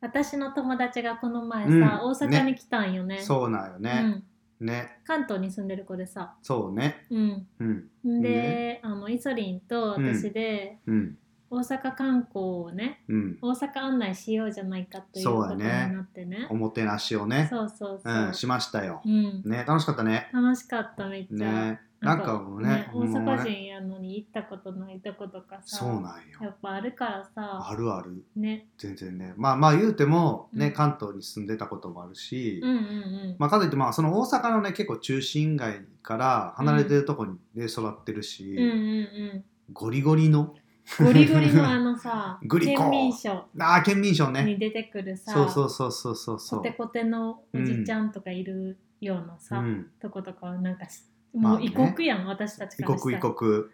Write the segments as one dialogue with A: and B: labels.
A: 私の友達がこの前さ、
B: うん
A: 大阪に来たんよね
B: そうなんよ
A: う
B: ね。
A: ん、
B: ね。
A: 関東に住んでる子でさ
B: そうね。
A: うん
B: うん。
A: で、
B: ね
A: あのイソリンと私で、
B: うん。
A: 大阪観光をね
B: うん。
A: 大阪案内しようじゃないかという
B: そう
A: こと
B: だ
A: に
B: ね
A: なってね
B: おもてなしをね。
A: そうそうそうう、うん
B: ん。しましたよ。ね。楽しかったね。
A: 楽しかっためっちゃ、
B: ね。なんかもうね。
A: 大
B: ほんま
A: 阪
B: ね
A: 人やのに行ったことないとことかさ
B: そうなんよ。
A: やっぱあるからさ
B: あるある。
A: ね
B: 全然ね。まあまあ言うても、ね、
A: うん
B: 関東に住んでたこともあるし、
A: うんうん
B: まあ、かといってまあその大阪のね結構中心街から離れてるとこにで育ってる
A: うんう
B: し、
A: んうん
B: ゴリゴリの
A: うんゴリゴリのあの さ
B: グリコ
A: 県民賞
B: あー県民賞ね
A: に出てくるさ、
B: そうそうそうそうそうそ
A: コ
B: う
A: テコテのおじちゃんとかいるようなさ、
B: うん、
A: とことかはなんかし
B: ま
A: も
B: あ
A: う
B: ね
A: 異国やん、私たち
B: 異
A: から
B: 国
A: したら
B: 異国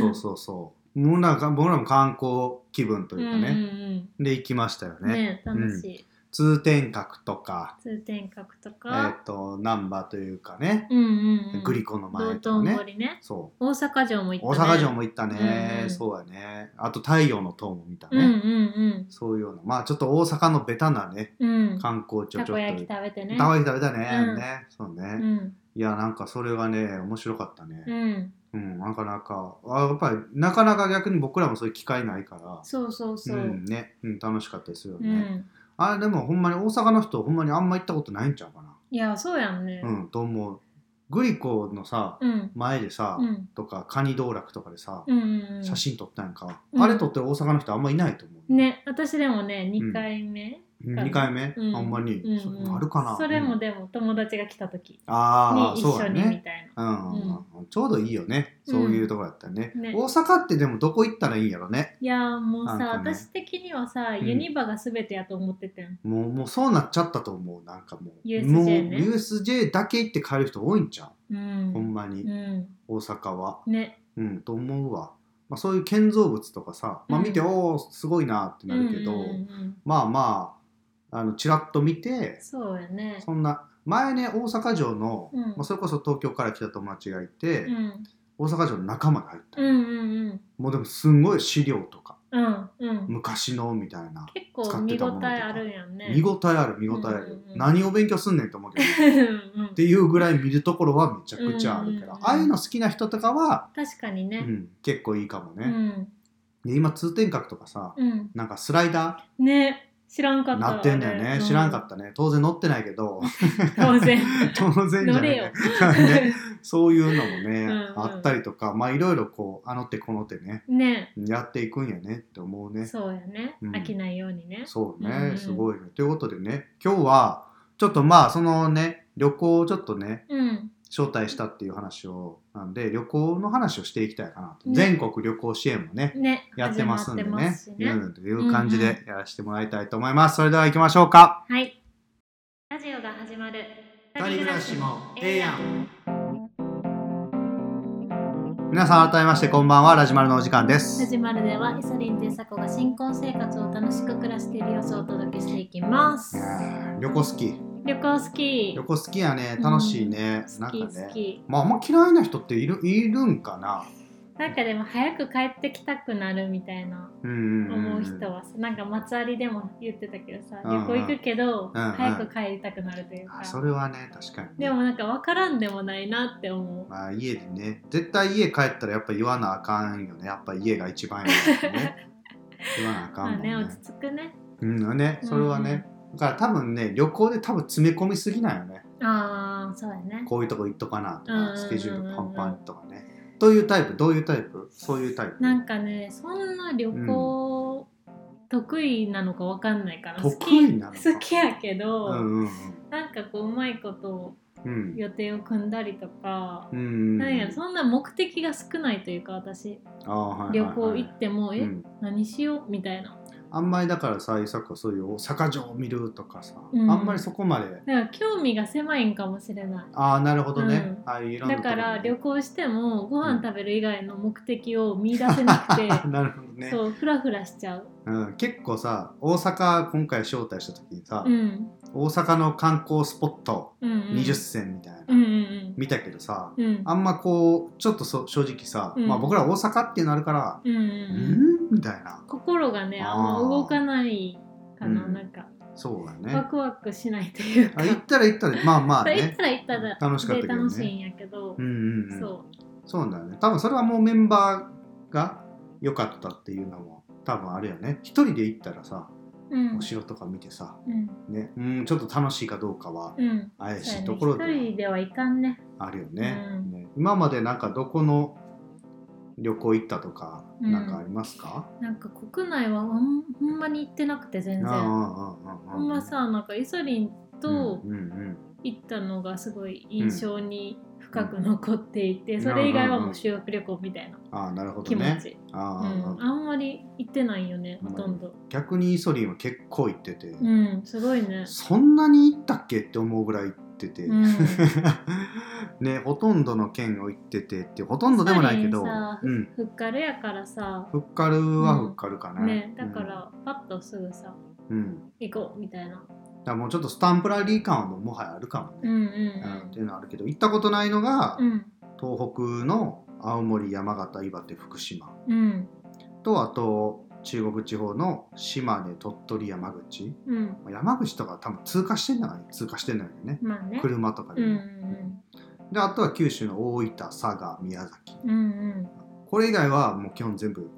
B: そうそうそうそうもうなんか僕らも観光気分というかね、
A: うんうん
B: で行きましたよ
A: うん、
B: ね
A: ね楽しい、
B: 通天閣とか
A: 通天閣と
B: え
A: か、
B: っと難波というかね、
A: うんうんうん
B: グリコの
A: 道
B: 前とか
A: 頓
B: ね
A: 堀ね
B: そう
A: 大阪城も行
B: 大
A: った、ね、
B: 阪城も行ったね、
A: うんうん
B: そうやねあと太陽の塔も見たね、
A: うんうん
B: そういうようなまあちょっと大阪のベタなね
A: うんうん
B: 観光地を
A: た
B: ちょっ
A: こ焼き
B: と
A: 食べてね
B: たこ焼き食べたね,、
A: うん
B: ねそうね、
A: うん
B: いやなんかそれがね面白かった
A: う
B: ね
A: ん
B: うん、なかなかあやっぱりなかなか逆に僕らもそういう機会ないから
A: そうそうそう、
B: んね、うん、楽しかったですよ
A: う
B: ね、
A: ん、
B: あでもほんまに大阪の人ほんまにあんま行ったことないんちゃうかない
A: やそうやんね
B: うんと思うグリコのさ
A: うん
B: 前でさ、
A: うん
B: とかカニ道楽とかでさ、
A: うんうんうん
B: 写真撮ったやんか、
A: うん
B: あれ撮ってる大阪の人あんまいないと思う、
A: ね私でもね2回目、
B: 2回目、
A: うん
B: あんまり、
A: うんうん
B: それもあるかな
A: それ
B: う
A: も
B: ん
A: でも友達が来た時
B: あ
A: に
B: あ
A: 一
B: そう
A: 緒
B: だ
A: にみ
B: ね
A: たいな
B: うんうんうんちょうどいいよね、
A: うん
B: そういうところだったらね
A: ね
B: 大阪ってでもどこ行ったらいいんやろね
A: いやーもうさ、
B: なんかね
A: 私的にはさ、
B: うん
A: ユニバが全てやと思っててん
B: もうもうそうなっちゃったと思うなんかもう
A: USJ
B: もう
A: ね
B: USJ だけ行って帰る人多いんじゃん、
A: うん
B: ほんまに、
A: うん
B: 大阪は
A: ね
B: うんと思うわ、まあ、そういう建造物とかさ、まあ、見て、
A: うん
B: おおすごいなってなるけど、
A: うんうんうん
B: まあまああのチラッと見て
A: そうやね
B: そんな前ね大阪城の、
A: うん
B: まあ、それこそ東京から来た友達がいて、
A: うん
B: 大阪城の仲間が入った、
A: うんうん
B: もうでもすんごい資料とか
A: うんうんうん
B: 昔のみたいな、
A: 結構見応えあるやんね
B: 見応えある見応えある、
A: うんうんうん
B: 何を勉強すんねんと思うけどっ
A: うんうん
B: ていうぐらい見るところはめちゃくちゃある
A: うんうん
B: から、
A: うん
B: ああいうの好きな人とかは、
A: 確かに
B: う
A: ね
B: ん、結構いいかも
A: う
B: ね、
A: ん
B: で今通天閣とかさ、
A: うん
B: なんかスライダ
A: ね知らんか
B: ー
A: った
B: なってんだよね、知らんか
A: っ
B: ったね当然乗ってないけど
A: た当 然
B: 当然じ
A: 乗
B: ゃない
A: れよ
B: ねそういうのもね、
A: うんうん
B: あったりとかまあいろいろこうあの手この手ね
A: ね
B: やっていくんやねって思うね
A: そうやね
B: うん
A: 飽きないようにね
B: そう
A: うん
B: ね、
A: うん
B: すごいね。ということでね、今日はちょっとまあそのね、旅行をちょっとね、
A: うん
B: 招待したっていう話を、なんで旅行の話をしていきたいかなと。
A: ね
B: 全国旅行支援もね、
A: ね
B: やってますんで
A: 始まって
B: ね
A: ま、すし
B: うんという感じ
A: う
B: でやらせてもらいたいと思います。それでは行きましょうか。
A: はいラジオが始まる
B: 二人暮らしもええや
A: ん
B: 皆さん改めましてこんばんは、ラジマルのお時間で
A: ラ
B: す。
A: ジマルではイソリンというサコが新婚生活を楽しく暮らしている様子をお届けしていきます
B: いやー旅行好き。
A: 旅行好き
B: 旅行好きやね、楽しいね。な
A: 好
B: んか
A: き好
B: ね、
A: き
B: まああんま嫌いな人っているいるんかな。
A: なんかでも早く帰ってきたくなるみたいな
B: うんんん
A: 思う人はさなんか松有でも言ってたけどさ
B: うんうん
A: 旅行行くけど
B: うんうん
A: 早く帰りたくなるというか
B: あそれはね、確かにね、
A: でもなんか分からんでもないなって思
B: まあ家でね絶対家帰ったらやっぱ言わなあかんよねやっぱ家が一番やもん ね言わなあ
A: う
B: かん
A: まあ
B: もんね,、
A: ね落ち着くね
B: うんねそれはね、だから多分ね旅行で多分詰め込みすぎなんよね
A: ああそうやね
B: こういうとこ行っとかなとか、
A: うんうんうんうん
B: スケジュールパンパンとかねというタイプどういうタイプそういうタイプ
A: なんかねそんな旅行得意なのかわかんないから、好
B: 得
A: き
B: 意なのか
A: 好きやけど、
B: うんうん
A: なんかこううまいこと
B: うん
A: 予定を組んだりとか
B: う、ん
A: なんやそんな目的が少ないというか私
B: あーはいはいはい
A: 旅行行っても、
B: う
A: え、
B: ん
A: 何しようみたいな
B: あんまりだからさ伊作はそういう大阪城を見るとかさ、
A: うん
B: あんまりそこまで
A: だから興味が狭いんかもしれない
B: ああなるほどね、
A: うん
B: ああいういろんな
A: だ
B: ところ
A: か
B: に
A: ら旅行してもご飯食べる以外の目的を見出せなく て、
B: なるほどね、
A: そうフラフラしちゃう、
B: うん、結構さ大阪今回招待した時にさ、
A: うん
B: 大阪の観光スポット
A: うんうん、
B: 20選みたいな、
A: うんうん
B: 見たけどさ
A: うんうん
B: あんまこうちょっとそ正直さ、
A: うん
B: まあ、僕ら大阪ってなるから、
A: うんうん
B: う
A: うん
B: ん、みたいな
A: 心がね
B: あー
A: あんま動かないあの、
B: うん
A: なんか
B: そうだ
A: ワ
B: ね
A: クワクしないというか、
B: あ行ったら行ったでまあまあ
A: 行っ
B: ね
A: たら行ったら
B: 楽しかったけどね
A: 楽しいんやけど、
B: うんうん、う ん、
A: そ
B: そうなんだよね多分それはもうメンバーが良かったっていうのも多分あるよね一人で行ったらさ
A: う、うん
B: お城とか見てさ、
A: うん
B: ねうん、ちょっと楽しいかどうかは
A: うん
B: 怪
A: そう
B: し
A: や
B: い
A: ね
B: ところで
A: 一人ではいかんね
B: あるよね,、
A: うん
B: ね今までなんかどこの旅行行ったとか
A: うん
B: なんかありますか、
A: なんか国内はほんほんまに行ってなくて全
B: うん、
A: 然
B: ほ
A: ほんまさなんかイソリンと
B: うんうん
A: 行ったのがすごい印象に深く残っていて、それ以外はもう修学旅行みたいな
B: うん、ああなるほ
A: 気
B: ど
A: 持
B: ね
A: ち、
B: あ
A: う
B: あ、
A: ん、あんまり行ってないよね
B: うん
A: ほとんど
B: 逆にイソリンは結構行ってて、
A: うんすごいね
B: そんなに行ったっけって思うぐらい行ってて、
A: うん
B: ねほとんどの県を行っててってほとんどでもないけど、
A: イソリンさ
B: うん、
A: ふっかるやからさ
B: ふっかるはふっかるかな、
A: ねだからパッとすぐさ
B: うん、うん
A: 行こうみたいな
B: だからもうちょっとスタンプラリー感はもうもはやあるかもね、
A: うんうん
B: うんっていうのはあるけど行ったことないのが、
A: うんうん
B: 東北の青森山形岩手福島
A: うん
B: とあと中国地方の島根鳥取山口
A: うん
B: 山口とか多分通過してんだからね通過してんだよね
A: まあね
B: 車とか
A: う
B: で
A: ん
B: ね、
A: うん
B: であとは九州の大分佐賀宮崎
A: うんうん
B: これ以外はもう基本全部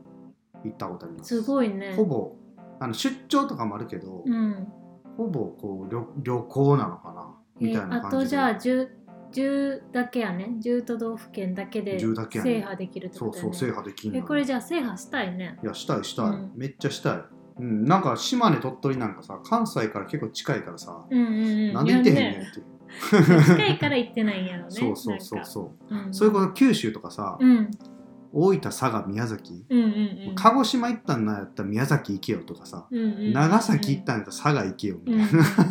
B: 行ったことありま
A: す
B: す
A: ごいね
B: ほぼあの出張とかもあるけど、
A: うん
B: ほぼこう旅旅行なのかなみたいな
A: えーあ
B: 感
A: と
B: じで、
A: じゃあ 10, 10だけやね10都道府県だけで
B: 10だけやね
A: 制覇できるって
B: そ
A: こ
B: う
A: と
B: そう
A: や
B: 制
A: ね
B: 覇できんの
A: え
B: よ
A: これじゃあ制覇したいね
B: いやしたいしたい、
A: うん
B: めっちゃしたい、うん、なんか島根鳥取なんかさ関西から結構近いからさ、
A: うんうんうん
B: なんで行ってへん
A: いや
B: ねんっていう、
A: 近いから行ってないんやろね
B: そうそうそうそう
A: なんかうん
B: そういうこと九州とかさ、
A: うん
B: 大分佐賀宮崎、
A: うんうんうん
B: 鹿児島行ったんなんやったら宮崎行けよとかさ、
A: うんうんうん
B: 長崎行ったんやったら佐賀行けよみたいな、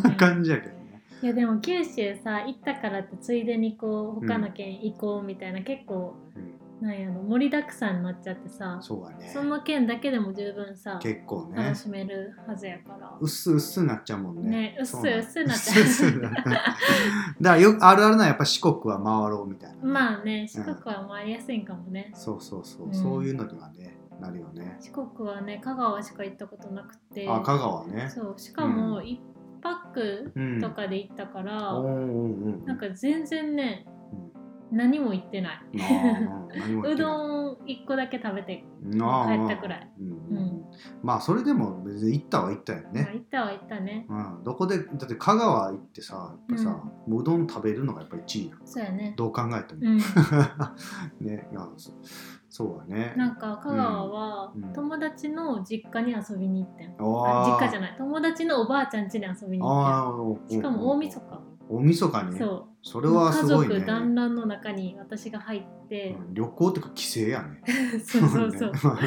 A: うん
B: 感じやけどね
A: いやでも九州さ行ったからってついでにこう他の県行こうみたいな、結構
B: うん
A: なんやろ盛りだくさんになっちゃってさ
B: そうだね
A: その県だけでも十分さ
B: 結構ね
A: 楽しめるはずやから
B: うっすうっすになっちゃうもんね
A: ねうっす
B: そう
A: うっすになっちゃう
B: うっすうっすになっちゃうだからよくあるあるなやっぱ四国は回ろうみたいな ね、
A: まあね四国は回りやすいんかもね、
B: そうそうそう、
A: うん
B: そういうのにはねなるよね
A: 四国はね香川しか行ったことなくて
B: あ香川ね
A: そうしかも
B: う
A: 1パック
B: うん
A: とかで行ったから、
B: おーうんうんうん
A: なんか全然ね
B: うん
A: 何も行ってない
B: あー何も言
A: う
B: ってない
A: どん1個だけ食べて、
B: あー
A: 帰ったくらい、
B: うん
A: う
B: うんまあそれでも別に行ったは行ったよ
A: まあ、
B: ね、
A: 行ったは行ったね
B: うん、どこでだって香川行ってさやっぱさ、もううどん食べるのがやっぱ一位やん
A: そうやね
B: どう考えても、
A: うん
B: ねいやそそうだね
A: なんか香川は
B: うんうん
A: 友達の実家に遊びに行ってん、
B: あ
A: あ実家じゃ
B: ない
A: ない友達のおばあちゃん家に遊びに行
B: あ
A: って
B: ー
A: んしかも大晦
B: か
A: 日
B: 大晦日に
A: そう
B: それはすごい
A: 家
B: ね
A: 族団らんの中に私が入って
B: う、ん旅行っていうか帰省やね
A: そうそうそう、
B: ね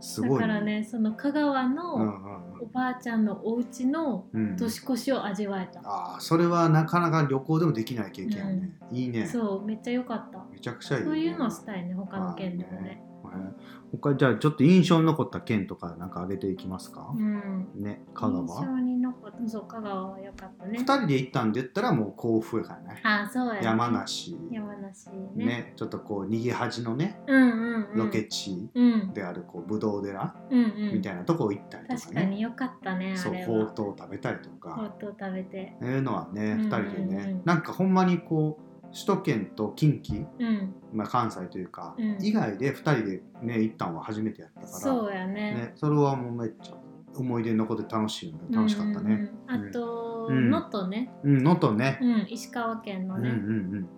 B: すごい
A: だからねその香川
B: うんう
A: の
B: ん
A: おばあちゃんのお家の
B: うんうん
A: 年越しを味わえた、
B: ああそれはなかなか旅行でもできない経験やね、いいね
A: そうめっちゃ良かった
B: めちゃくちゃいい、ね、
A: そういうのしたいね他の県でもね
B: まあねえー他じゃあちょっと印象に残った県とかなんか挙げていきますか、
A: うん
B: ね香
A: 印
B: 川
A: 象に残ったそう香川は良かったね
B: 二人で行ったんで言ったらもう甲府やからね
A: ああそうや、ね、
B: 山梨
A: 山梨ね
B: ねちょっとこう逃げ恥のね
A: うんうん、うん、
B: ロケ地
A: うん
B: であるこうぶどう寺
A: うんうん
B: みたいなとこ行ったりとか
A: 確か
B: ね、
A: に良かったねあ
B: そう
A: れは
B: ほうとう食べたりと
A: ほ
B: か
A: うとう食べて
B: そういうのはね二人でね、
A: うんうんうん
B: なんかほんまにこう首都圏と近畿、
A: うん
B: まあ、関西というか、
A: うん
B: 以外で二人でね行ったんは初めてやったから
A: そうやね
B: ね、それはもうめっちゃ思い出に残って楽しいよね楽しかったね。
A: うんうんうんあと
B: うん
A: 能登、ね、
B: うん、能登ね
A: う。ん、石川県の
B: うんうんう
A: ね、
B: ん。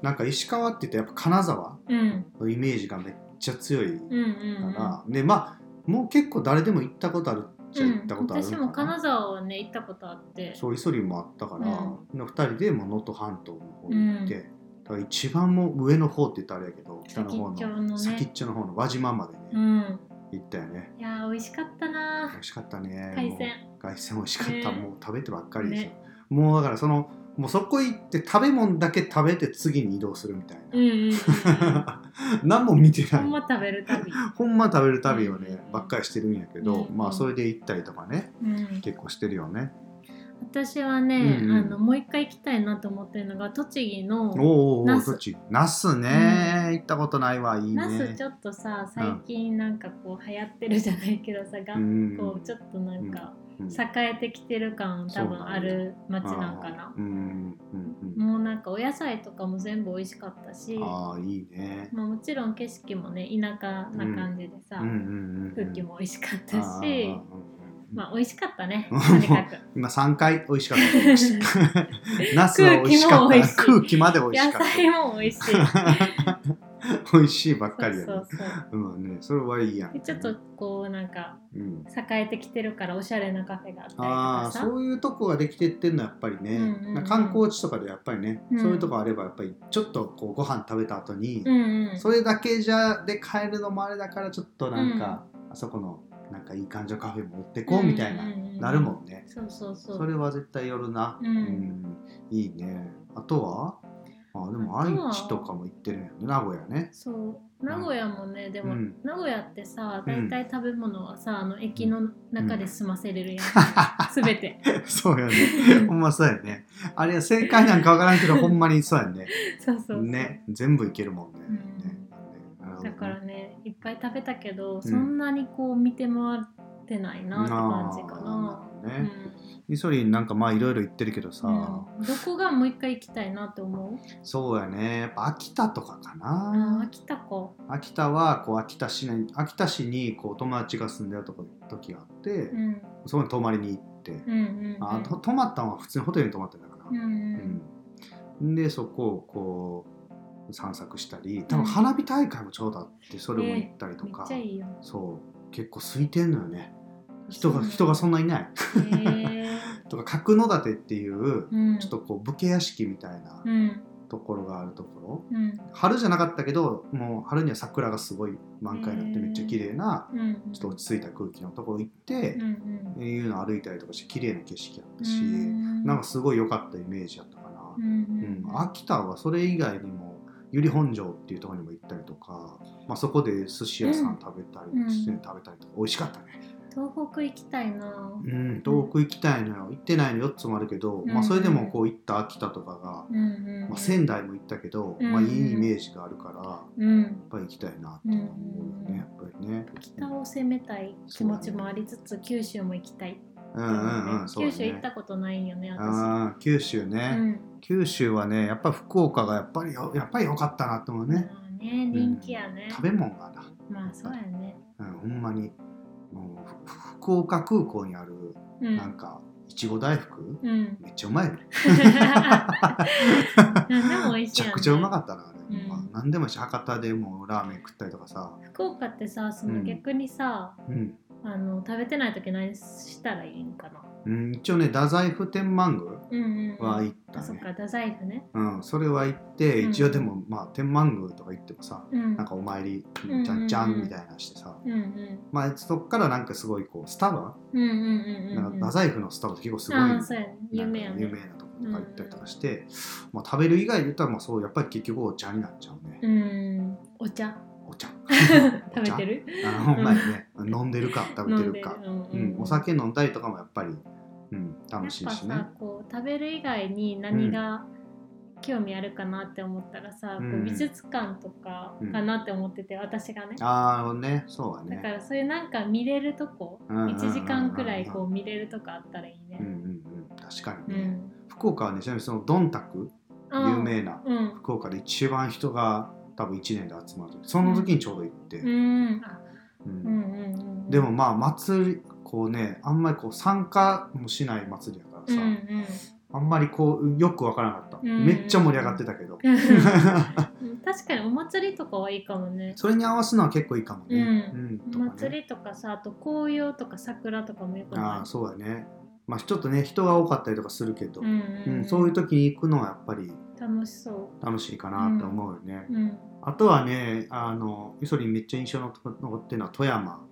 B: なんか石川って言ったらやっぱ金沢
A: うん、うん
B: のイメージがめっちゃ強いか
A: うんうん
B: ら、でまあもう結構誰でも行ったことあるっちゃ
A: うん
B: 行ったことある
A: 私
B: か
A: も
B: な。
A: 金沢はね行ったことあって
B: そうイソリンもあったから、二人でもう能登半島の方に行って、だから一番もう上の方って言ったらあれやけど北の方
A: 先
B: の
A: っちょのね
B: 先っちょの方の輪島までね、
A: うん
B: 行ったよね。
A: いやー美味しかった
B: 美
A: な
B: 味しかったね。
A: 海
B: もう
A: 鮮
B: 凱旋美味しかった、
A: ね
B: もう食べてばっかりですよ、
A: ね
B: もうだからそのもうそこ行って食べ物だけ食べて次に移動するみたい
A: うんうんうん
B: な、何も見て
A: ほ
B: ない
A: んま食べるたび、
B: ほんま食べる旅をね、
A: うん
B: ばっかりしてるんやけど、
A: うん
B: まあそれで行ったりとかね
A: うん、
B: 結構してるよね、
A: 私はね、
B: うんうん
A: あのもう一回行きたいなと思ってるのが栃木の
B: おーおーお
A: ナ
B: ー
A: ス
B: そっちナスね、行ったことないわいいね
A: ナスちょっとさ最近なんかこう流行ってるじゃないけどさ、が
B: うん
A: こうちょっとなんか
B: うん
A: 栄えてきてる感多分ある町なんかな
B: あーうんうんうん
A: もうなんかお野菜とかも全部美味しかったし
B: あーいいね
A: まあ、もちろん景色もね田舎な感じでさ、
B: うんうんうん
A: 空気も美味しかった
B: あ
A: し
B: ーうん
A: まあ美味しかった ねと
B: うん
A: にかく
B: 今3回美味しかったと思いま した。ナスは美味しかった。
A: 空
B: 空気まで美味し
A: 野
B: かっ
A: 菜も美味 しいそう
B: た。美味しいばっかりやね。
A: そうそう
B: うんね、それはいいやん。
A: でちょっとこうなんか
B: うん、
A: 栄えてきてるからおしゃれなカフェがあったりと
B: ああ
A: かさ
B: そういうとこができてってんのはやっぱりね、
A: うんうんうん
B: なんか観光地とかでやっぱりね、
A: うん
B: そういうとこあればやっぱりちょっとこうご飯食べた後に、
A: うんうん
B: それだけじゃで帰るのもあれだからちょっとなんか、あそこのなんかいい感じのカフェも持ってこうみたいな、
A: うんうんうんうん
B: なるもんね
A: そうそうそう
B: それは絶対寄るな、
A: うん
B: うんいいねあとはあでも
A: あとは
B: 愛知とかも行ってるんやね名古屋ね
A: そう名古屋もねでも、
B: うん
A: 名古屋ってさ
B: う
A: 大
B: ん
A: 体食べ物はさ、あの駅の中で済ませれる やん、すべて
B: そうやねほんまそうやねあれは正解なんかわからんけ どほんまにそうやね
A: そうそうそう
B: ね全部いけるもんね,ね、
A: うん
B: なるほどね
A: だからねいっぱい食べたけど、
B: ん
A: そんなにこう見て回ってないなって感じか
B: な
A: な。
B: あなるほど
A: う
B: ね、イソリンなんかまあいろいろ行ってるけどさ、
A: んうんどこがもう一回行きたいなと思う
B: そうやねやっぱ秋田とかか
A: あ
B: な
A: ー秋田か。
B: 秋田はこう秋田市に秋田市にこう友達が住んでるとこ時があって、
A: うん
B: そこに泊まりに行って、
A: うんうんうん
B: あと泊まったのは普通にホテルに泊まってたから、
A: うんうん
B: うんでそこをこう散策したり多分花火大会もちょうどあってそれも行ったりと
A: めっ
B: か、
A: ちゃいいよ。
B: そう結構空いてんのよね人が人がそんない ない
A: へー
B: とか角館っていう
A: うん
B: ちょっとこう武家屋敷みたいな
A: うん
B: ところがあるところ、
A: うん
B: 春じゃなかったけどもう春には桜がすごい満開になって
A: へー
B: めっちゃ綺麗な
A: うんうん
B: ちょっと落ち着いた空気のところ行って
A: うん、うん
B: いうの歩いたりとかして綺麗な景色やったし、
A: うん
B: なんかすごい良かったイメージやったかな
A: う、ん
B: うん秋田はそれ以外にも由利本荘っていうところにも行ったりとか、まあ、そこで寿司屋さん食べたり、
A: うん
B: 寿司屋食べたりとか美味しかったね、
A: 東北行きたいな。
B: うん、東北行きたいのよ行ってないの4つもあるけど、
A: うん
B: まあ、それでもこう行った秋田とかが、
A: うんうんうん
B: まあ、仙台も行ったけど、
A: うん
B: まあ、いいイメージがあるからやっ
A: うん
B: ぱり行きたいなっていうのは思うよ
A: うん
B: ねやっぱりね。
A: 北を攻めたい気持ちもありつつ九州も行きたい
B: うんうんうん、そう
A: 九
B: だ
A: 州行っ
B: ね
A: たことないんよね私。
B: あー九州ね、
A: うん
B: 九州はねやっぱ福岡がやっぱりよやっぱり良かったなと思うね、
A: まあね人気やね。
B: 食べ物がな
A: まあそうやね。
B: うん、ほんまにもうふ福岡空港にある
A: う
B: なんかいちご大福、
A: うん。
B: めっちゃうまいよ ね
A: 何でも美
B: め
A: 味しい
B: ち
A: やん、
B: ゃ
A: ね。
B: くちゃうまかったなあれ、
A: うん
B: まあ、何でもいいし博多でもうラーメン食ったりとかさ、
A: 福岡ってさ、その逆にさ、
B: うん
A: あの食べてない時何したらいいんかな。
B: うん、一応ね太宰府天満宮
A: うんうん、うん。
B: は行った
A: あそっ
B: ね、
A: か、太宰府ね。
B: うん、それは行って
A: うん
B: 一応でも、まあ天満宮とか行ってもさ
A: うん。
B: なんかお参りじ
A: うん
B: ゃんじゃんみたいなしてさ、
A: うんうん。
B: まあ、そっからなんかすごいこうスタバ、
A: うんうんうんうん
B: な
A: うん
B: か
A: ん。
B: 太宰府のスタバって結構すごい
A: ああ、そうやね。有名や
B: なん
A: ね。
B: か有名なところとか行ったりとかして、まあ、食べる以外で言ったらまあそうやっぱり結局お茶になっちゃうね、
A: うん。お茶。
B: お茶
A: 食べてる
B: あのほんまにね飲んでるか食べてるか
A: 飲ん
B: う
A: でる
B: ん、お酒飲んだりとかもやっぱり、うん、
A: や
B: 楽
A: っ
B: しい
A: ぱ
B: しね
A: さこう食べる以外に何が興味あるかなって思ったらさ、
B: うん
A: こう美術館とかかなって思ってて、私がね
B: ああねそうだ
A: だか
B: ね
A: らそういうなんか見れるとこ、
B: うんうんうんうん
A: 1時間くらいこう見れるとこあったらいいね
B: うんうんうん確か
A: う
B: にね、
A: ん、
B: 福岡はねちなみにそのドンタク
A: あー
B: 有名な
A: うん
B: 福岡で一番人が多分1年で集まる時その時にちょうど行って、
A: うんあ
B: う
A: うんんうんうんうん
B: でもまあ祭りこうねあんまりこう参加もしない祭りやから
A: うん
B: さ、
A: うん
B: あんまりこうよくわからなかった、
A: うん
B: めっちゃ盛り上がってたけど
A: うん 確かにお祭りとかはいいかもね
B: それに合わすのは結構いいかもね、
A: うんお
B: とかね
A: 祭りとかさあと紅葉とか桜とかもよく
B: あ
A: ない
B: あそうだねまあちょっとね人が多かったりとかするけど、
A: うんうん
B: うんそういう時に行くのはやっぱり
A: 楽しそ
B: 楽しいかなって思うよね、
A: う、うん
B: あとはねあのゆそりんめっちゃ印象に残ってるのは富山、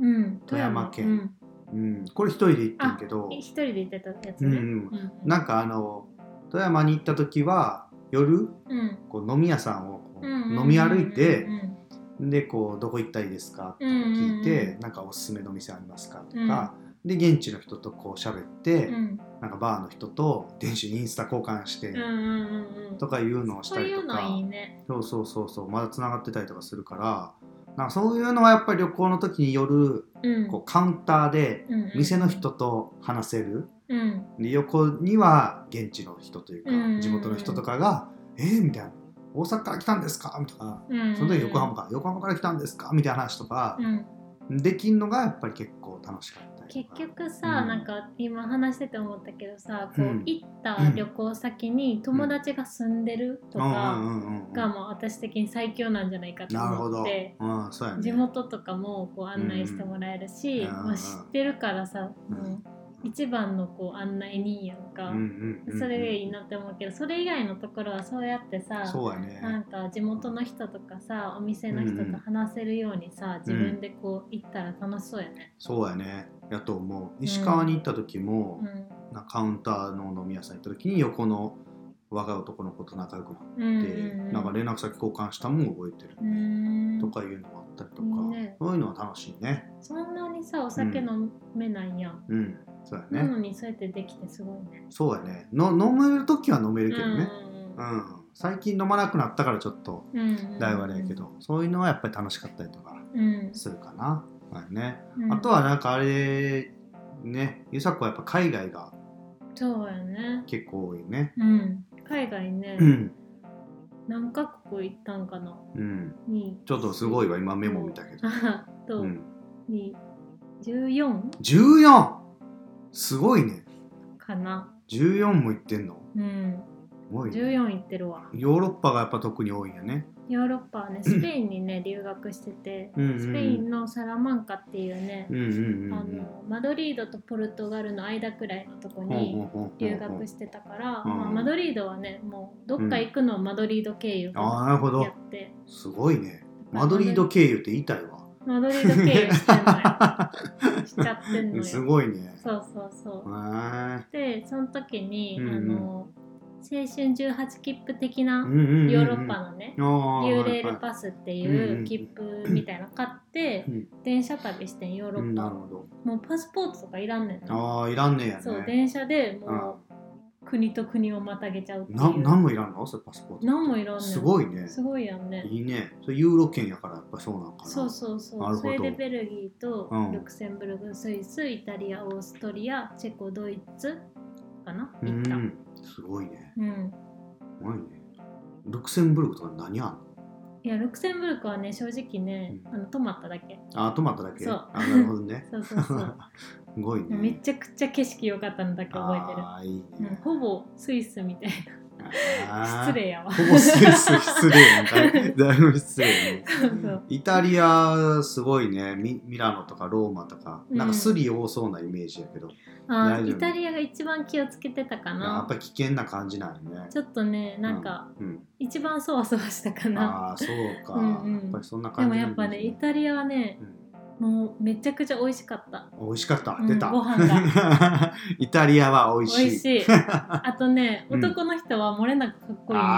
A: うん、
B: 富山県
A: うん
B: うん、これ一人で行ってんけど
A: 一人で行ってたやつね。
B: うんう
A: うん
B: ん
A: うん
B: なんかあの富山に行った時は夜
A: うん
B: こう飲み屋さんをこう
A: うんうん
B: 飲み歩いて、
A: うん
B: でこうどこ行ったらいいですかとか聞いて、なんかおすすめの店ありますかとか、で現地の人とこう喋って、
A: うん
B: なんかバーの人と電子インスタ交換して、
A: うんうんうんうん
B: とかいうのをし
A: そ
B: た
A: う
B: り
A: い
B: と
A: うの
B: か
A: いいね。
B: そうそうそうそうまだつながってたりとかするからなんかそういうのはやっぱり旅行の時に夜
A: うん
B: こうカウンターで
A: うんうん
B: 店の人と話せる
A: うん
B: で横には現地の人という
A: うん
B: か地元の人とかが「えーみたいな「大阪から来たんですか?」みたいな
A: うん
B: その時横浜から「横浜から来たんですか?」みたいな話とか
A: うん
B: できんのがやっぱり結構楽しかったり
A: 結
B: とか
A: 局さ、
B: うん
A: なんか今話してて思ったけどさこう、
B: うん
A: 行った旅行先に友達が住んでると
B: うんう
A: か
B: んうんうん
A: がもう私的に最強なんじゃないかと
B: なるほ
A: 思っ
B: ど、
A: て。
B: うん、そうやね
A: 地元とかもこう案内してもらえるし、
B: うん
A: まあ、知ってるからさ、
B: うん
A: もう一番のこう案内人やんか、
B: うんうんうんうん
A: それでいいなって思うけどそれ以外のところはそうやってさ
B: そうや
A: な
B: ね
A: んか地元の人とかさお店の人と話せるようにさ、自分でこう行ったら楽しそうやね。
B: そうやねやと思う石川に行った時も、
A: うん
B: なカウンターの飲み屋さん行った時に横の若い男の子と仲良くなって、
A: うんうんうん
B: なんか連絡先交換したのも覚えてる
A: う
B: ね、
A: ーん
B: とかいうのもあったりとか、
A: いいね
B: そういうのは楽しいね
A: そんなにさお酒飲めないやん、
B: うんそうや
A: な
B: ね、
A: のにそうやってできてすごいね
B: そうやねの飲める時は飲めるけどね
A: うん
B: うん、最近飲まなくなったからちょっと
A: うんうん
B: だいぶあれやけど、そういうのはやっぱり楽しかったりとか
A: うん
B: するかな、はいね
A: うん
B: あとはなんかあれねゆさこはやっぱ海外が
A: そうやね
B: 結構多いね
A: うん海外ね、
B: うん、
A: 何カ国行ったんかな
B: うん、
A: に
B: ちょっとすごいわ今メモ見たけど、
A: あ と、
B: うん、
A: に14
B: 14! すごいね。
A: かな
B: 14も行ってんの
A: うん
B: すごいね、
A: 14行ってるわ
B: ヨーロッパがやっぱ特に多いんやね。
A: ヨーロッパはねスペインにね留学してて
B: うんうんうん
A: スペインのサラマンカっていうね
B: うんうんうんうん。
A: あのマドリードとポルトガルの間くらいのとこに
B: ほうほうほうほう
A: 留学してたから、
B: うん
A: まあ、マドリードはねもうどっか行くのをマドリード経由
B: あ
A: や
B: あ、なるほど。
A: って、
B: すごいね。マドリード経由って言いたいわ。
A: マドリード経由してんのよしちゃってんのよ
B: す
A: そう
B: ごいね。
A: そうそう
B: へー
A: でその時に、
B: うんうん
A: あの青春18切符的な
B: うんうんうんうん
A: ヨーロッパのね、
B: あー
A: ユーレール
B: はいはい
A: パスって
B: うん
A: いううん切符みたいなの買って、
B: うん
A: 電車旅してんヨーロ
B: う
A: ッ
B: ん
A: パ
B: な、るほど。
A: もうパスポートとかいらんねんな、
B: ああ、いらんねんやね。
A: そう電車でもう国と国をまたげちゃうっていう
B: な何もいらんのそれパスポート。
A: 何もいらんねん
B: すごいね。
A: すごいやんね
B: いいね。それユーロ圏やからやっぱそうなんかな。
A: そうそうそ
B: な
A: う
B: る
A: そ
B: ほど
A: れでベルギーと
B: うん
A: ルクセンブルク、スイスイタリアオーストリアチェコドイツかな
B: う
A: 行った
B: ん。すごいね。
A: うん
B: すごいね。ルクセンブルクとか何あんの
A: いやルクセンブルクはね正直ね、
B: うん
A: あの泊まっただけ
B: あ、トマトだけ。
A: そう。
B: あ、なるほどね
A: そうそうそう
B: すごいね。
A: めちゃくちゃ景色良かったのだけ覚えてる
B: あーいい
A: うん
B: ね。
A: ほぼスイスみたいな
B: あー
A: 失。礼やわ
B: ほぼス イス失礼なんか、だいぶ失礼ね。
A: そうそう
B: イタリアすごいねミミラノとかローマとかなんかスリ多そうなイメージやけど、
A: あ
B: 大
A: ー
B: 丈夫
A: イタリアが一番気をつけてたか
B: やっ
A: な
B: ぱ危険な感じなんよね
A: ちょっとねなんか、、
B: うん
A: 一番そわそわしたか
B: うん、
A: な
B: ああそうか、
A: うんうん
B: やっぱりそんな
A: で
B: 感
A: も
B: じ
A: や
B: な
A: っ
B: ん
A: ぱ
B: だ
A: ねイタリアはねもうめちゃくちゃ美味しかった
B: うん、美味しかった、
A: うん
B: 出た
A: ご飯が
B: イタリアは美味しい
A: 美味し いあとね
B: うん
A: 男の人は漏れなくかっこいい
B: あ
A: よ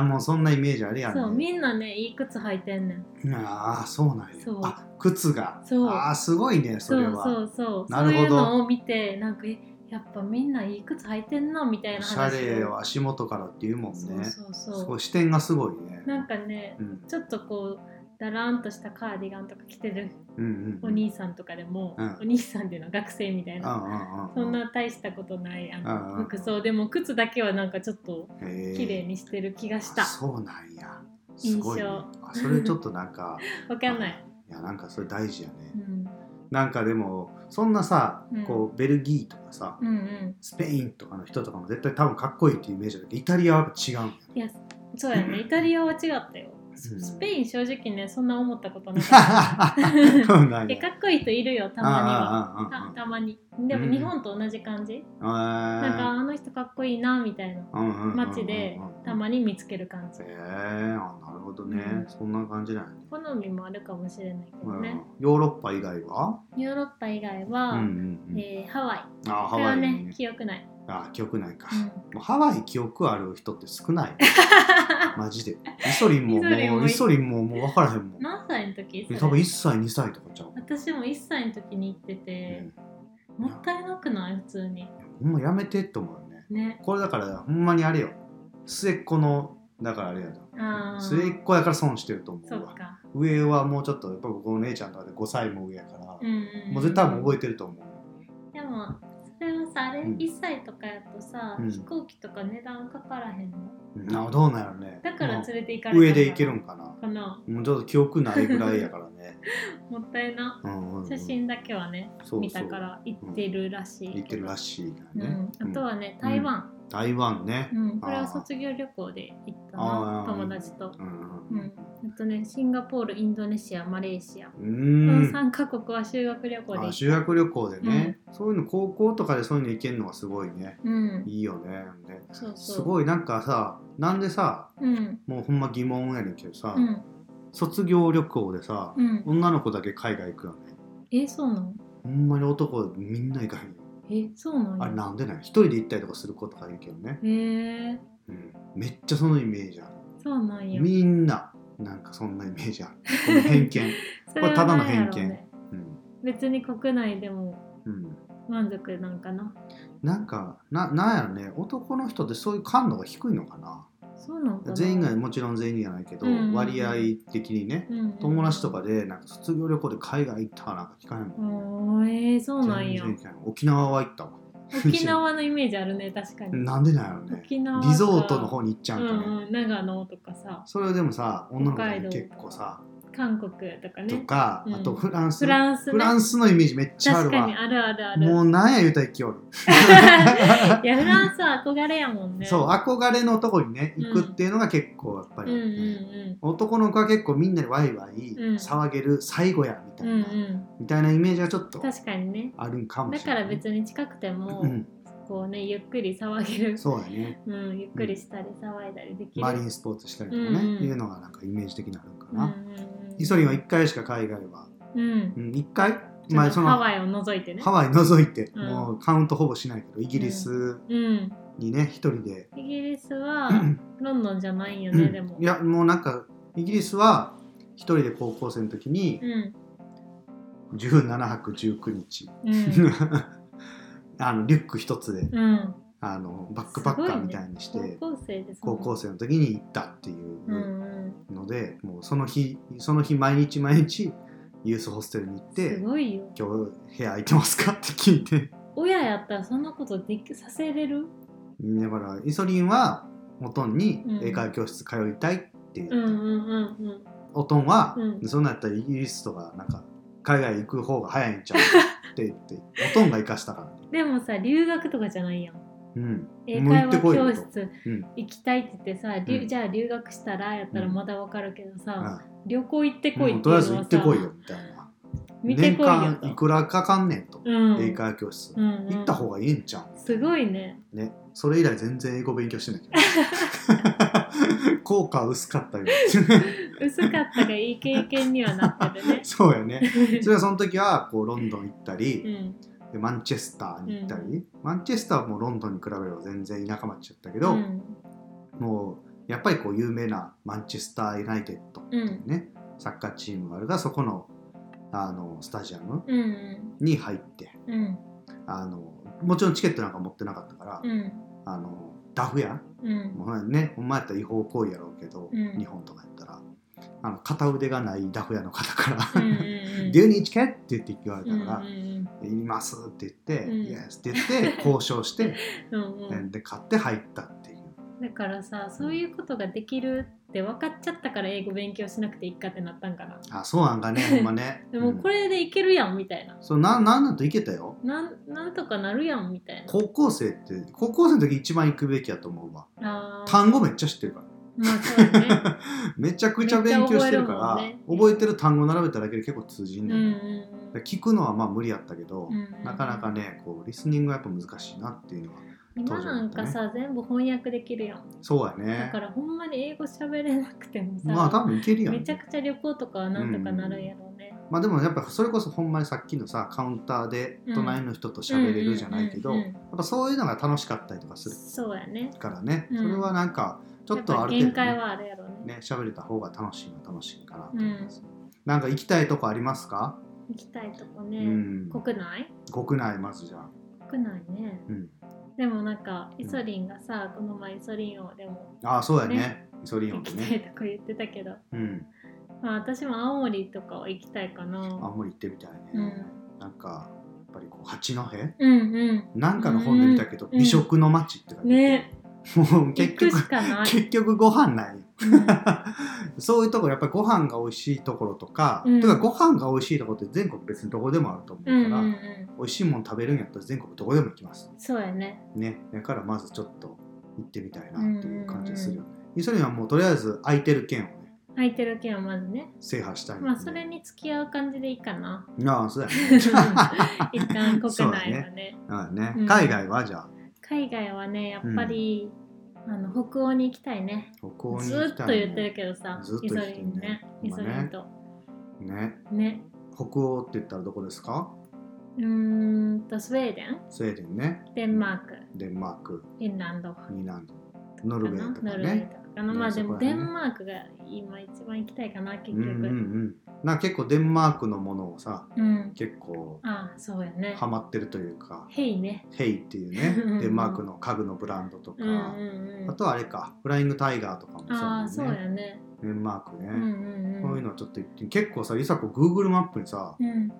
B: あもうそんなイメージあるや
A: ね
B: ん、ね、
A: そうみんなねいい靴履いてんねん
B: ああそうなんや
A: そう
B: あ靴が
A: そう
B: ああすごいねそ
A: そ
B: れ
A: う
B: は
A: そうそう
B: な
A: そう
B: る
A: い
B: ほど
A: うのを見てなんかえやっぱみんないい靴履いてんなみたい
B: お
A: な
B: し
A: 話を
B: ゃれは足元からっていうもんね
A: そうそうそう
B: すごい視点がすごいね
A: なんかね
B: うん
A: ちょっとこうだらんとしたカーディガンとか着てる
B: うんうん
A: お兄さんとかでも、
B: うん
A: お兄さんっていうのは学生みたい
B: うん
A: な、
B: うんうん
A: そんな大したことないあの、
B: うんうん
A: 服装でも靴だけはなんかちょっと
B: 綺
A: 綺麗にしてる気がした、
B: そうなんやすごい、ね、
A: 印
B: あそれちょっとなんか
A: わかんない、
B: いやなんかそれ大事やね、
A: うん、
B: なんかでもそんなさ
A: うん
B: こうベルギーとかさ、
A: うんうん
B: スペインとかの人とかも絶対多分かっこいいっていうイメージだけどイタリアはやっぱ違 うんや ね
A: いやそうやねイタリアは違ったよ
B: うん
A: スペイン正直ねそんな思ったことな かっ
B: そうなん
A: た
B: や
A: でかっこいい人いるよたまにはた
B: あ
A: たまにでも日本と同じ感じ、
B: ああああ
A: なんかあの人かっこいいなみたいな街
B: 街
A: でたまに見つける感じ
B: へえあなるほどね、
A: うん
B: そんな感じなんやね
A: 好みもあるかもしれないけどね、
B: うん、ヨーロッパ以外は、
A: ヨーロッパ以外
B: う
A: は、
B: んうんうん
A: えーハワイこ
B: あハ
A: れは
B: ワイ
A: ね
B: にね
A: 記憶ない、
B: あ記憶ないか、
A: うん
B: もうハワイ記憶ある人って少ない マジでイソリンも
A: イソリンも
B: もうイソリンももう分からへんもん
A: 何歳の時
B: 多
A: そ
B: 分
A: れ
B: 1歳2歳とかちゃう、
A: 私も1歳の時に行ってて、もったいなくない普通に
B: うん、ほんまやめてって思うよね
A: ね
B: これだからほんまにあれよ末っ子のだからあれやな
A: あー
B: 末っ子やから損してると思
A: そうっ
B: わ
A: か
B: 上はもうちょっとやっぱ僕の姉ちゃんとかで5歳も上やから、
A: うん
B: もう絶対もう覚えてると思う。
A: でもそれはさあれ、
B: うん
A: 1歳とかやとさ、
B: うん
A: 飛行機とか値段かからへんの
B: などうなんやろね。
A: だから
B: ま
A: 連れて行か
B: あ
A: れた
B: 上でいけるんかな。
A: かな
B: もうちょっと記憶ないぐらいやから ね。
A: もったいな
B: うんうんうん
A: 写真だけはね
B: そうそう
A: 見たから行ってるらしい
B: 行ってるら
A: い、
B: しいね。
A: うん、あとはね台湾、
B: 台湾ね
A: う。んこれは卒業旅行で行った
B: あ
A: な
B: ー
A: 友達と、
B: うん
A: う
B: うん
A: ん、あとねシンガポールインドネシアマレーシア、こ
B: うん。う
A: の3
B: ん
A: カ国は修学旅行で行っ
B: あ
A: た
B: 修学旅行でね、そういうの高校とかでそういうの行けるのはすごいね
A: うん
B: いいよねね
A: そうそう
B: す
A: い
B: ごいなんかさなんでさ
A: うん
B: もうほんま疑問やねんけどさ、
A: うん
B: 卒業旅行でさ、
A: うん
B: 女の子だけ海外行くよね
A: えそうなの
B: ほんまに男みんな行かへんよ
A: えそうなの
B: あれなんでない一人で行ったりとかする子とかいるけどね、
A: へえ
B: うん、めっちゃそのイメージある
A: そうなんや
B: みんななんかそんなイメージあるこの偏見
A: そは
B: これただの偏見
A: なんやろね
B: うん、
A: 別に国内でも
B: うん、
A: 満足なんかな
B: なんかななんやろね男の人ってそういう感度が低いのかな
A: そうなんかな
B: 全員がもちろん全員じゃないけど、
A: うん
B: 割合的にね
A: うんうん
B: 友達とかでなんか卒業旅行で海外行ったなんか聞かないもん、
A: おーえー、そうなんや
B: 全然聞かない沖縄は行ったわ
A: 沖縄のイメージあるね確かに
B: なんでなんやろね
A: 沖縄か
B: リゾートの方に行っちゃ
A: う
B: うんかね、
A: んうん長野とかさ
B: それでもさ女の子
A: 北海
B: に
A: 道
B: 結構さ、
A: 韓国とか
B: と
A: ね
B: か、
A: うん
B: あとフランス
A: フランスね
B: フランスのイメージめっちゃあ
A: 確
B: る
A: かに
B: わ
A: あるあるある
B: もうなんや言うたら勢いおる、
A: いやフランスは憧れやもんね
B: そう憧れのとこにね行くっていうのが結構やっぱ
A: うん
B: り
A: う
B: あ
A: ん
B: るね、男の子は結構みんなでワイワイ
A: うん
B: 騒げる最後やみた
A: う
B: い
A: んうん
B: な、
A: う
B: みたいなイメージがちょっと
A: ん確かにね
B: あるんかも
A: だ
B: しれ
A: か
B: ない
A: ら別に近くても、
B: うん、
A: こうねゆっくり騒げる
B: そうだね
A: う、ん、ゆっくりしたり騒いだりできる
B: マリンスポーツしたりとかね、
A: うんうん
B: いうのがなんかイメージ的になるんか
A: うんう
B: な、
A: んうん
B: イソリンは1回しか海外は、
A: うん
B: うん、1回
A: ま
B: ま
A: あ
B: あその
A: ハワイを除いてね
B: ハワイ除いて、
A: うん
B: もうカウントほぼしないけどイギリス
A: うん
B: にね一人で、
A: イギリスはロンドンじゃないんよね、でも。
B: いやもうなんかイギリスは一人で高校生の時に
A: うん。
B: 17泊19日、
A: うん。
B: あのリュック一つで
A: うん。
B: あのバックパッカーみたいにして、
A: 高校生です、ね。
B: 高校生の時に行ったっていう
A: うん
B: ので、もうその日その日毎日毎日ユースホステルに行っ
A: うん。す
B: て
A: ごいよ
B: 「。今日部屋空いてますか?」って聞いて
A: 親やったらそんなことできさせれる
B: だからイソリンはおとんに
A: うん
B: 英会話教室通いたいって言って、
A: うんうんうん
B: おとんは、
A: うん
B: そんなんやったらイギリスとかなんか海外行く方が早いんちゃうって 言っておとんが行かしたからね
A: うん。でもさ、留学とかじゃないやん。
B: うん
A: 英
B: もう行
A: 会
B: って
A: 話
B: こいよ
A: 教
B: と
A: 室
B: うん
A: 行きたいって言ってさ、りゅ
B: うん
A: じゃあ留学したらやったらまだわかるけどさ、
B: う
A: 旅行行って
B: ん
A: こいっ
B: もう
A: て
B: と
A: い
B: りあえ
A: う
B: ず
A: の
B: 行
A: は
B: って
A: さ
B: こいよみたいな
A: 見て
B: 年
A: こいよ
B: 間
A: と
B: い。くらかかんねんと、
A: うん
B: 英会話教室、
A: うんうん
B: 行った方がいいんちゃう
A: すごいね。
B: ね、それ以来全然英語勉強してないけ ど効果は薄かったよ。
A: 薄かったがいい経験にはなってるね
B: そうやねそれはその時はこうロンドン行ったり、
A: うん。
B: でマンチェスターに行ったり、
A: う
B: マンチェスターはもうロンドンに比べれば全然田舎町だったけど、
A: うん
B: もうやっぱりこう有名なマンチェスター・ユナイテッドっていうね、サッカーチームがあるがそこのあのスタジアム
A: うん
B: に入って
A: うん
B: あのもちろんチケットなんか持ってなかったから、
A: うん
B: あのダフ屋
A: うん
B: もうね、ほんまやったら違法行為やろうけど、
A: うん
B: 日本とかやったらあの片腕がないダフ屋の方から
A: うんうん
B: 「
A: うん
B: デュニチケ!」って言って言われ
A: う
B: た
A: ん
B: から
A: うん
B: 「いります」って言って「
A: うん
B: イエス」って言って交渉して、
A: うんうん
B: で買って入ったっていう
A: だからさそういうことができるって分かっちゃったから英語勉強しなくていいかってなったんかな
B: あそうなんかねほんまね
A: でもこ、れでいけるやんみたいな
B: うんそうなんなんなんといけたよ
A: なんなんとかなるやんみたいな
B: 高校生って高校生の時一番行くべきやと思うわ
A: あー
B: 単語めっちゃ知ってるから
A: まあそうだ ね
B: めちゃくちゃ勉強してるから覚
A: め
B: え,、
A: っちゃ覚えるもんね
B: てる単語並べただけで結構通じ
A: うんん
B: ね、
A: うんん
B: だから聞くのはまあ無理やったけど、
A: うん
B: なかなかねこうリスニングはやっぱ難しいなっていうのは
A: 今なんかさ全部翻訳できるやん
B: そうや
A: だ
B: ね
A: からほんまに英語喋れなくてもさ、
B: まあ多分いけるやん、
A: めちゃくちゃ旅行とかはなんとかなるんやろうね、
B: まあでもやっぱそれこそほんまにさっきのさカウンターで隣の人と喋れるじゃないけど、
A: うんうんう
B: や
A: ん
B: っぱそういうのが楽しかったりとか
A: う
B: す
A: ん
B: る
A: そうやね
B: からね、
A: うん
B: それはなんかちょっとある程
A: や
B: 度、
A: ぱ限界はあるやろうね
B: ね喋れた方が楽しいのは楽しいかなと
A: う
B: 思いま
A: ん
B: す、なんか行きたいとこありますか、
A: 行きたいとこ
B: う
A: ね、
B: ん、
A: 国内
B: 国内まずじゃあ、
A: 国内ね
B: うん、
A: でもなんかイソリンがさ、この前イソリンをでも
B: ああそうやね
A: ね
B: イソリオ
A: 行
B: ンと
A: きた
B: ね、
A: いとこ言ってたけど、
B: うん、
A: まあ、私も青森とかは行きたいか
B: 青
A: な。
B: 森行ってみたいね、
A: うん、
B: なんかやっぱりこう八戸
A: うんうん。
B: なんかの本で見たけど、
A: うん
B: 美食の街って書いてある
A: ね
B: もう結
A: 行くし
B: 局
A: かない。
B: 結局ご飯ないよ
A: うん
B: そういうところやっぱりご飯が美味しいところとか、
A: うん
B: てかご飯が美味しいところって全国別にどこでもあると思うか
A: うん
B: ら、
A: うんうん。
B: 美味しいもん食べるんやったら全国どこでも行きます
A: そうやね。
B: ねだからまずちょっと行ってみたいなっていう感じがするよね、それにはもうとりあえず空いてる県をね
A: 空いてる県はまずね。
B: 制覇したい
A: まあ、それに付き合う感じでいいか な。
B: ああそうだよね
A: 一旦国
B: そうだ
A: 内は
B: ね
A: ね。
B: ああね、
A: うん
B: 海外はじゃあ
A: 海外はね、やっぱり、あの北欧に行きたいね。
B: 旅行に
A: ず
B: 行
A: ー
B: き
A: ったと
B: いね
A: 言ってるけどさ、
B: ずっと
A: イ
B: 言
A: ソ
B: って
A: リ
B: ん
A: ン
B: ね
A: ね。
B: ほん
A: イ
B: ま
A: ソ
B: ね
A: リンと。
B: ね
A: ね。
B: 北欧って言ったらどこですか
A: うーんと、スウェーデン、
B: スウェーデンね
A: デンマーク、
B: デンマーク
A: フィンランド。
B: フィンランドノルウェーとか
A: ノルウェー
B: ね
A: とかかな、
B: ね
A: まあ
B: そ
A: で
B: こら
A: もデ
B: 辺ね
A: ンマークが今一番行きたいかな結
B: うん
A: 局、
B: うんうんなんか結構デンマークのものをさ
A: うん
B: 結構
A: ああそうやね
B: ハマってるというか
A: ヘイね
B: ヘイっていうね
A: うんうん
B: デンマークの家具のブランドとか、
A: うんうんうん
B: あとはあれかフライングタイガーとかも
A: ああ
B: そ
A: そうう
B: だよね
A: やね
B: デンマークね、
A: うんうんうん
B: こういうのはちょっと行って結構さ梨紗子 Google マップにさ
A: うん、
B: な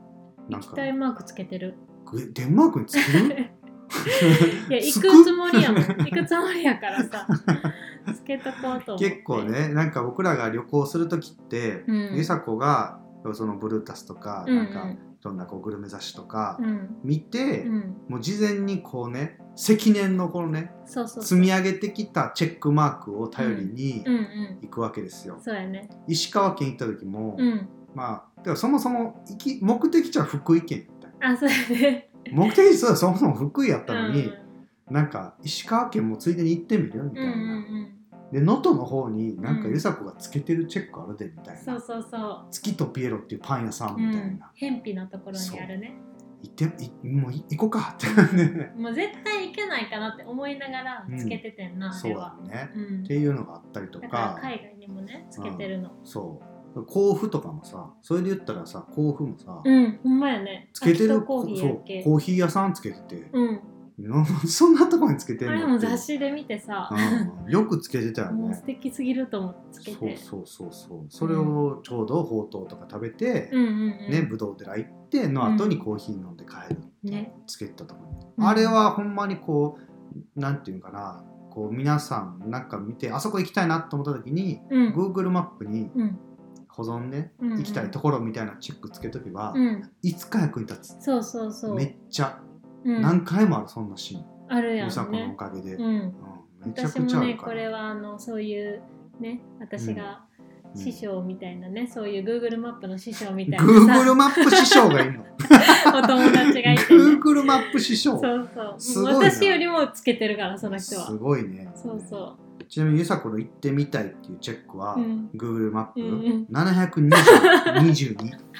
A: 行
B: ん
A: き
B: か
A: たいマークつけて る
B: ぐデンマークに作る
A: いや行
B: つく
A: くつもりやもん行くつもりやから さつけとこうと思って
B: 結構ねなんか僕らが旅行する時って、
A: うん
B: 梨紗子がそのブルータスとか、
A: うんう
B: なんんかどんなこうグルメ雑誌とか
A: うん
B: 見て、
A: うん
B: もう事前にこうね積年のこのね
A: そうそう
B: 積み上げてきたチェックマークを頼りに
A: うんう
B: 行くわけですよ
A: ん。そうやね
B: 石川県行った時も、
A: うん
B: まあでもそもそも行き目的地は福井県みたいな
A: あそうやね
B: 目的地はそもそも福井やっ
A: う
B: た
A: んう
B: の
A: ん
B: に、なんか石川県もついでに行ってみるみた
A: う
B: い
A: んう
B: な。
A: ん
B: で能登の方になんか
A: うん
B: ゆさこがつけてるチェックあるでみた
A: う
B: い
A: ん
B: な、
A: そうそうそう
B: 月とピエロっていうパン屋さん
A: う
B: みたい
A: ん
B: な、
A: 偏僻なところにあるね
B: 行っていもうい行こうかってね
A: もう絶対行けないかなって思いながらつけててんな、あ
B: そ
A: れ
B: うだ
A: は。
B: ね
A: うん、
B: っていうのがあったりと
A: だ
B: か
A: から海外にもねつけてるの。
B: そう甲府とかもさそれで言ったらさ甲府もさ、
A: うん、ほんまやね。
B: つけて
A: アキ
B: る
A: トコーヒー
B: そ
A: や
B: う
A: っけ。
B: コーヒー屋さんつけてて、
A: うん、
B: なそんなとこにつけて
A: あ
B: んの
A: れも雑誌で見てさ、
B: うんよくつけてたよ
A: もう素
B: ね
A: 敵すぎると思ってつけ
B: そう
A: て。
B: そうそうそうそれをちょうどほうとうとか食べて、
A: うんうんうん。
B: ね、ぶどう寺行っての後にコーヒー飲んで帰る、
A: ね。
B: つけたとこに、
A: うん
B: あれはほんまにこうなんていうんかなこう皆さんなんか見てあそこ行きたいなと思った時に、
A: うん。
B: Google マップに
A: うん。
B: 保存ね、
A: うんうん
B: 行きたいところみたいなチェックつけとけば、
A: うん。
B: いつか役に立
A: そうそう
B: つ
A: そう。
B: めっちゃ、
A: うん、
B: 何回もあるそんなシーン
A: あるや
B: ゆさ
A: ん
B: このお
A: ね。
B: かげで、うん
A: うん。
B: めちゃ
A: 私
B: く
A: も
B: ちゃあ
A: ね
B: る、か
A: こ
B: ら
A: れはあのそういうね、私が
B: うん
A: 師匠みたいなね、そういう Google マップの師匠みたいなさ
B: Google マップ師匠がいる の
A: お友達がいて、ね。
B: Google マップ師匠
A: そうそう。
B: すごいな
A: 私よりもつけてるから、その人は
B: す。ごいね
A: そうそ
B: ちなみにゆさこの行ってみたいっていうチェックは、
A: う。うん。
B: Google マップ、
A: うんうん
B: 722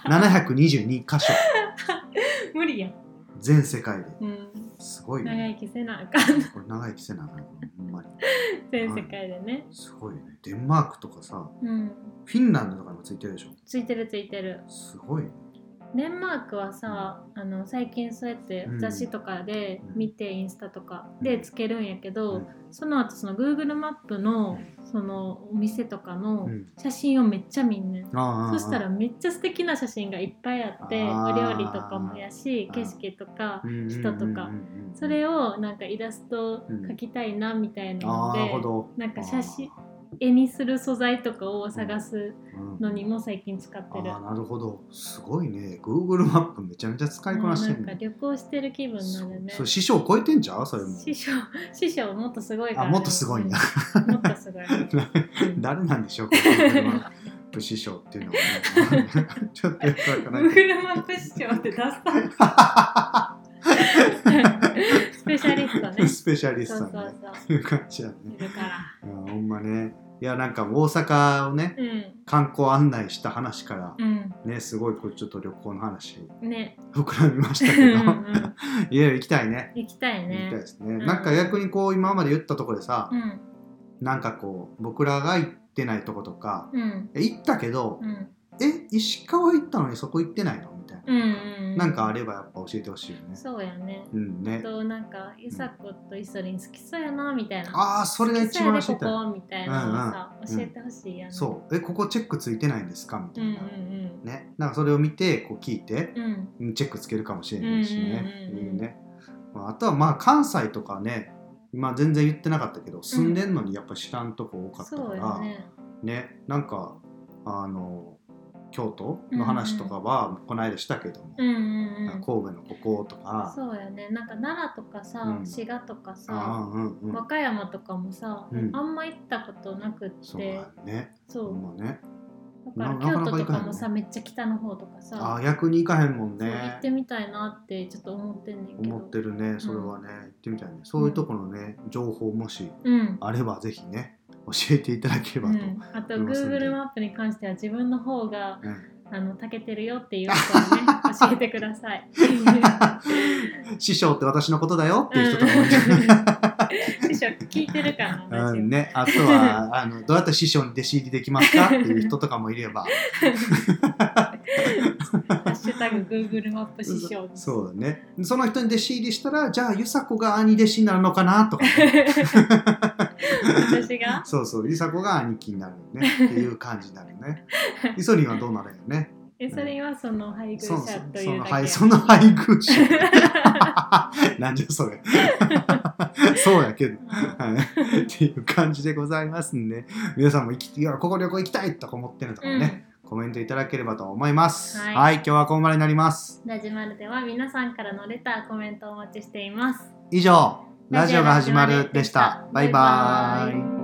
B: 722箇所
A: 無理やん。
B: 全世界で
A: うん。
B: すごい
A: 長
B: ね
A: 生きせなあかん。
B: これ長生きせなあかんほんまに
A: 全世界でね。
B: すごいよねデンマークとかさ
A: うん。
B: フィンランドとかにもついてるでしょ
A: ついてるついてる。
B: すごいね
A: デンマークはさ、あの最近そうやって
B: うん
A: 雑誌とかで
B: うん
A: 見て、インスタとかでつけるんやけど、
B: うん
A: その後その Google マップの
B: う
A: そのお店とかの
B: うん
A: 写真をめっちゃ見んねん。
B: ああ
A: そしたらめっちゃ素敵な写真がいっぱいあって
B: あ
A: お
B: ー
A: 料理とかもやし景色とか人とかそ
B: を
A: れをなんかイラスト描きたいなみたいな
B: あ
A: の
B: あ
A: で、
B: なるほど
A: なんか写真絵にする素材とかを探すのに
B: も
A: も最近使ってる。
B: ああなるほどすごいね Google マップめちゃめちゃ使いこ
A: もう
B: なして
A: なん
B: る
A: か
B: ね
A: 旅行してる気分になるね
B: そう。そう師匠超えてんじゃんそれも
A: 師匠、師匠もっとすごいから、
B: あもっとすごいんだ
A: うん。もっとす ごい。うん
B: 誰なんでしょうか、Google マップ師匠っていうのは、ね、 ちょっとよくわからないけ
A: Google マップ師匠ってダサい。スペシャリスト
B: ど、
A: ね。
B: スペシャリ
A: そ
B: ス
A: う
B: ト
A: そ
B: ね
A: うそ
B: という感じだね
A: う。いるから。
B: いやほんまね。いや、なんか大阪をね、
A: うん。
B: 観光案内した話から、
A: う
B: ね、すごいこうちょっと旅行の話、
A: ん。ね。
B: 膨らみまし
A: う
B: た
A: ん
B: け
A: う
B: ど、
A: ん
B: いや、行きたいね。
A: 行きたい
B: 行きたい
A: ね
B: で。すね。なんか逆にこう、今まで言ったところでさ
A: う、ん。
B: なんかこう、僕らが行ってないとことか、
A: うん。
B: え行ったけど
A: う、ん。
B: え、石川行ったのにそこ行ってないのみたいな。
A: うんうん
B: なんかあればやっぱ教えてほしいよね。
A: そうやね
B: うん
A: あ
B: ね。
A: となんかゆさことイソリン好きそうやなみたいな
B: ああ、それが一番
A: 好
B: 教え
A: きそ
B: て
A: うや
B: ほ
A: でこ
B: し
A: こみたいなのさ、
B: うんうん
A: 教えてほしいやね
B: い。そう。え、ここチェックついてないんですかみた
A: うん
B: い
A: うん
B: な。ね。なんかそれを見て、こう聞いて、
A: うんうん
B: うんチェックつけるかもしれないしね。
A: うんうんうんうん
B: いいね。まああとはまあ、関西とかね、今全然言ってなかったけど、住んでんのにやっぱ知らんとこ多かった
A: そう
B: か
A: や
B: ら、
A: ね
B: ね、なんか、あの、京都の話とかは、この間したけども、
A: うんうんう
B: 神
A: ん
B: 戸のこことか、
A: そうやねなんか奈良とかさ、
B: うん
A: 滋賀とかさ
B: あーうんうん
A: 和歌山とかもさ、
B: うん
A: あんま行ったことなくっ
B: そう
A: て
B: だね。
A: そう
B: ほんまね。
A: だから
B: ななか
A: 京
B: な
A: 都
B: か行
A: と
B: かへん
A: かもさめっちゃ北の方とか
B: あ
A: さ、
B: ー逆に行かへんもん
A: そう行
B: ね
A: っ。てみたいなってちょっと思ってんねんけど
B: 思ってるね、それはね、行ってみたいね。そういうところのね、情報もし
A: うん
B: あればぜひね、教えていただければ
A: う
B: と。
A: ん、あと
B: 思いますんで
A: Google マップに関しては自分の方が
B: うん
A: あの長けてるよっていう人をね 教えてください。
B: 師匠って私のことだよっていう人とかも いる
A: 師匠聞いてるかな、
B: う んね、あとはあのどうやって師匠に弟子入りできますかっていう人とかもいれ ば
A: ハッシュタグ Google マップ師匠です
B: そうだねその人に弟子入りしたらじゃあゆさこが兄弟子になるのかなと かね
A: 私 が
B: そうそうゆさこが兄貴になるねっていう感じになる ねイソリンはどうなるんよね
A: えそれはその配偶
B: そ
A: 者と
B: そ
A: いう
B: の
A: だけ。
B: はいその配偶 者なんじゃそれ そうやけどはいっていう感じでございますんで皆さんも行きいやここ旅行行きたいとか思ってるとか
A: う
B: も
A: ん
B: ね、コメントいただければと思いますは、
A: はいい
B: 今日はここまでになります
A: ラジマルでは皆さんからのレター、コメントをお待ちしています。
B: 以上ラジオが始まるでしたバイバ
A: バイバ
B: イ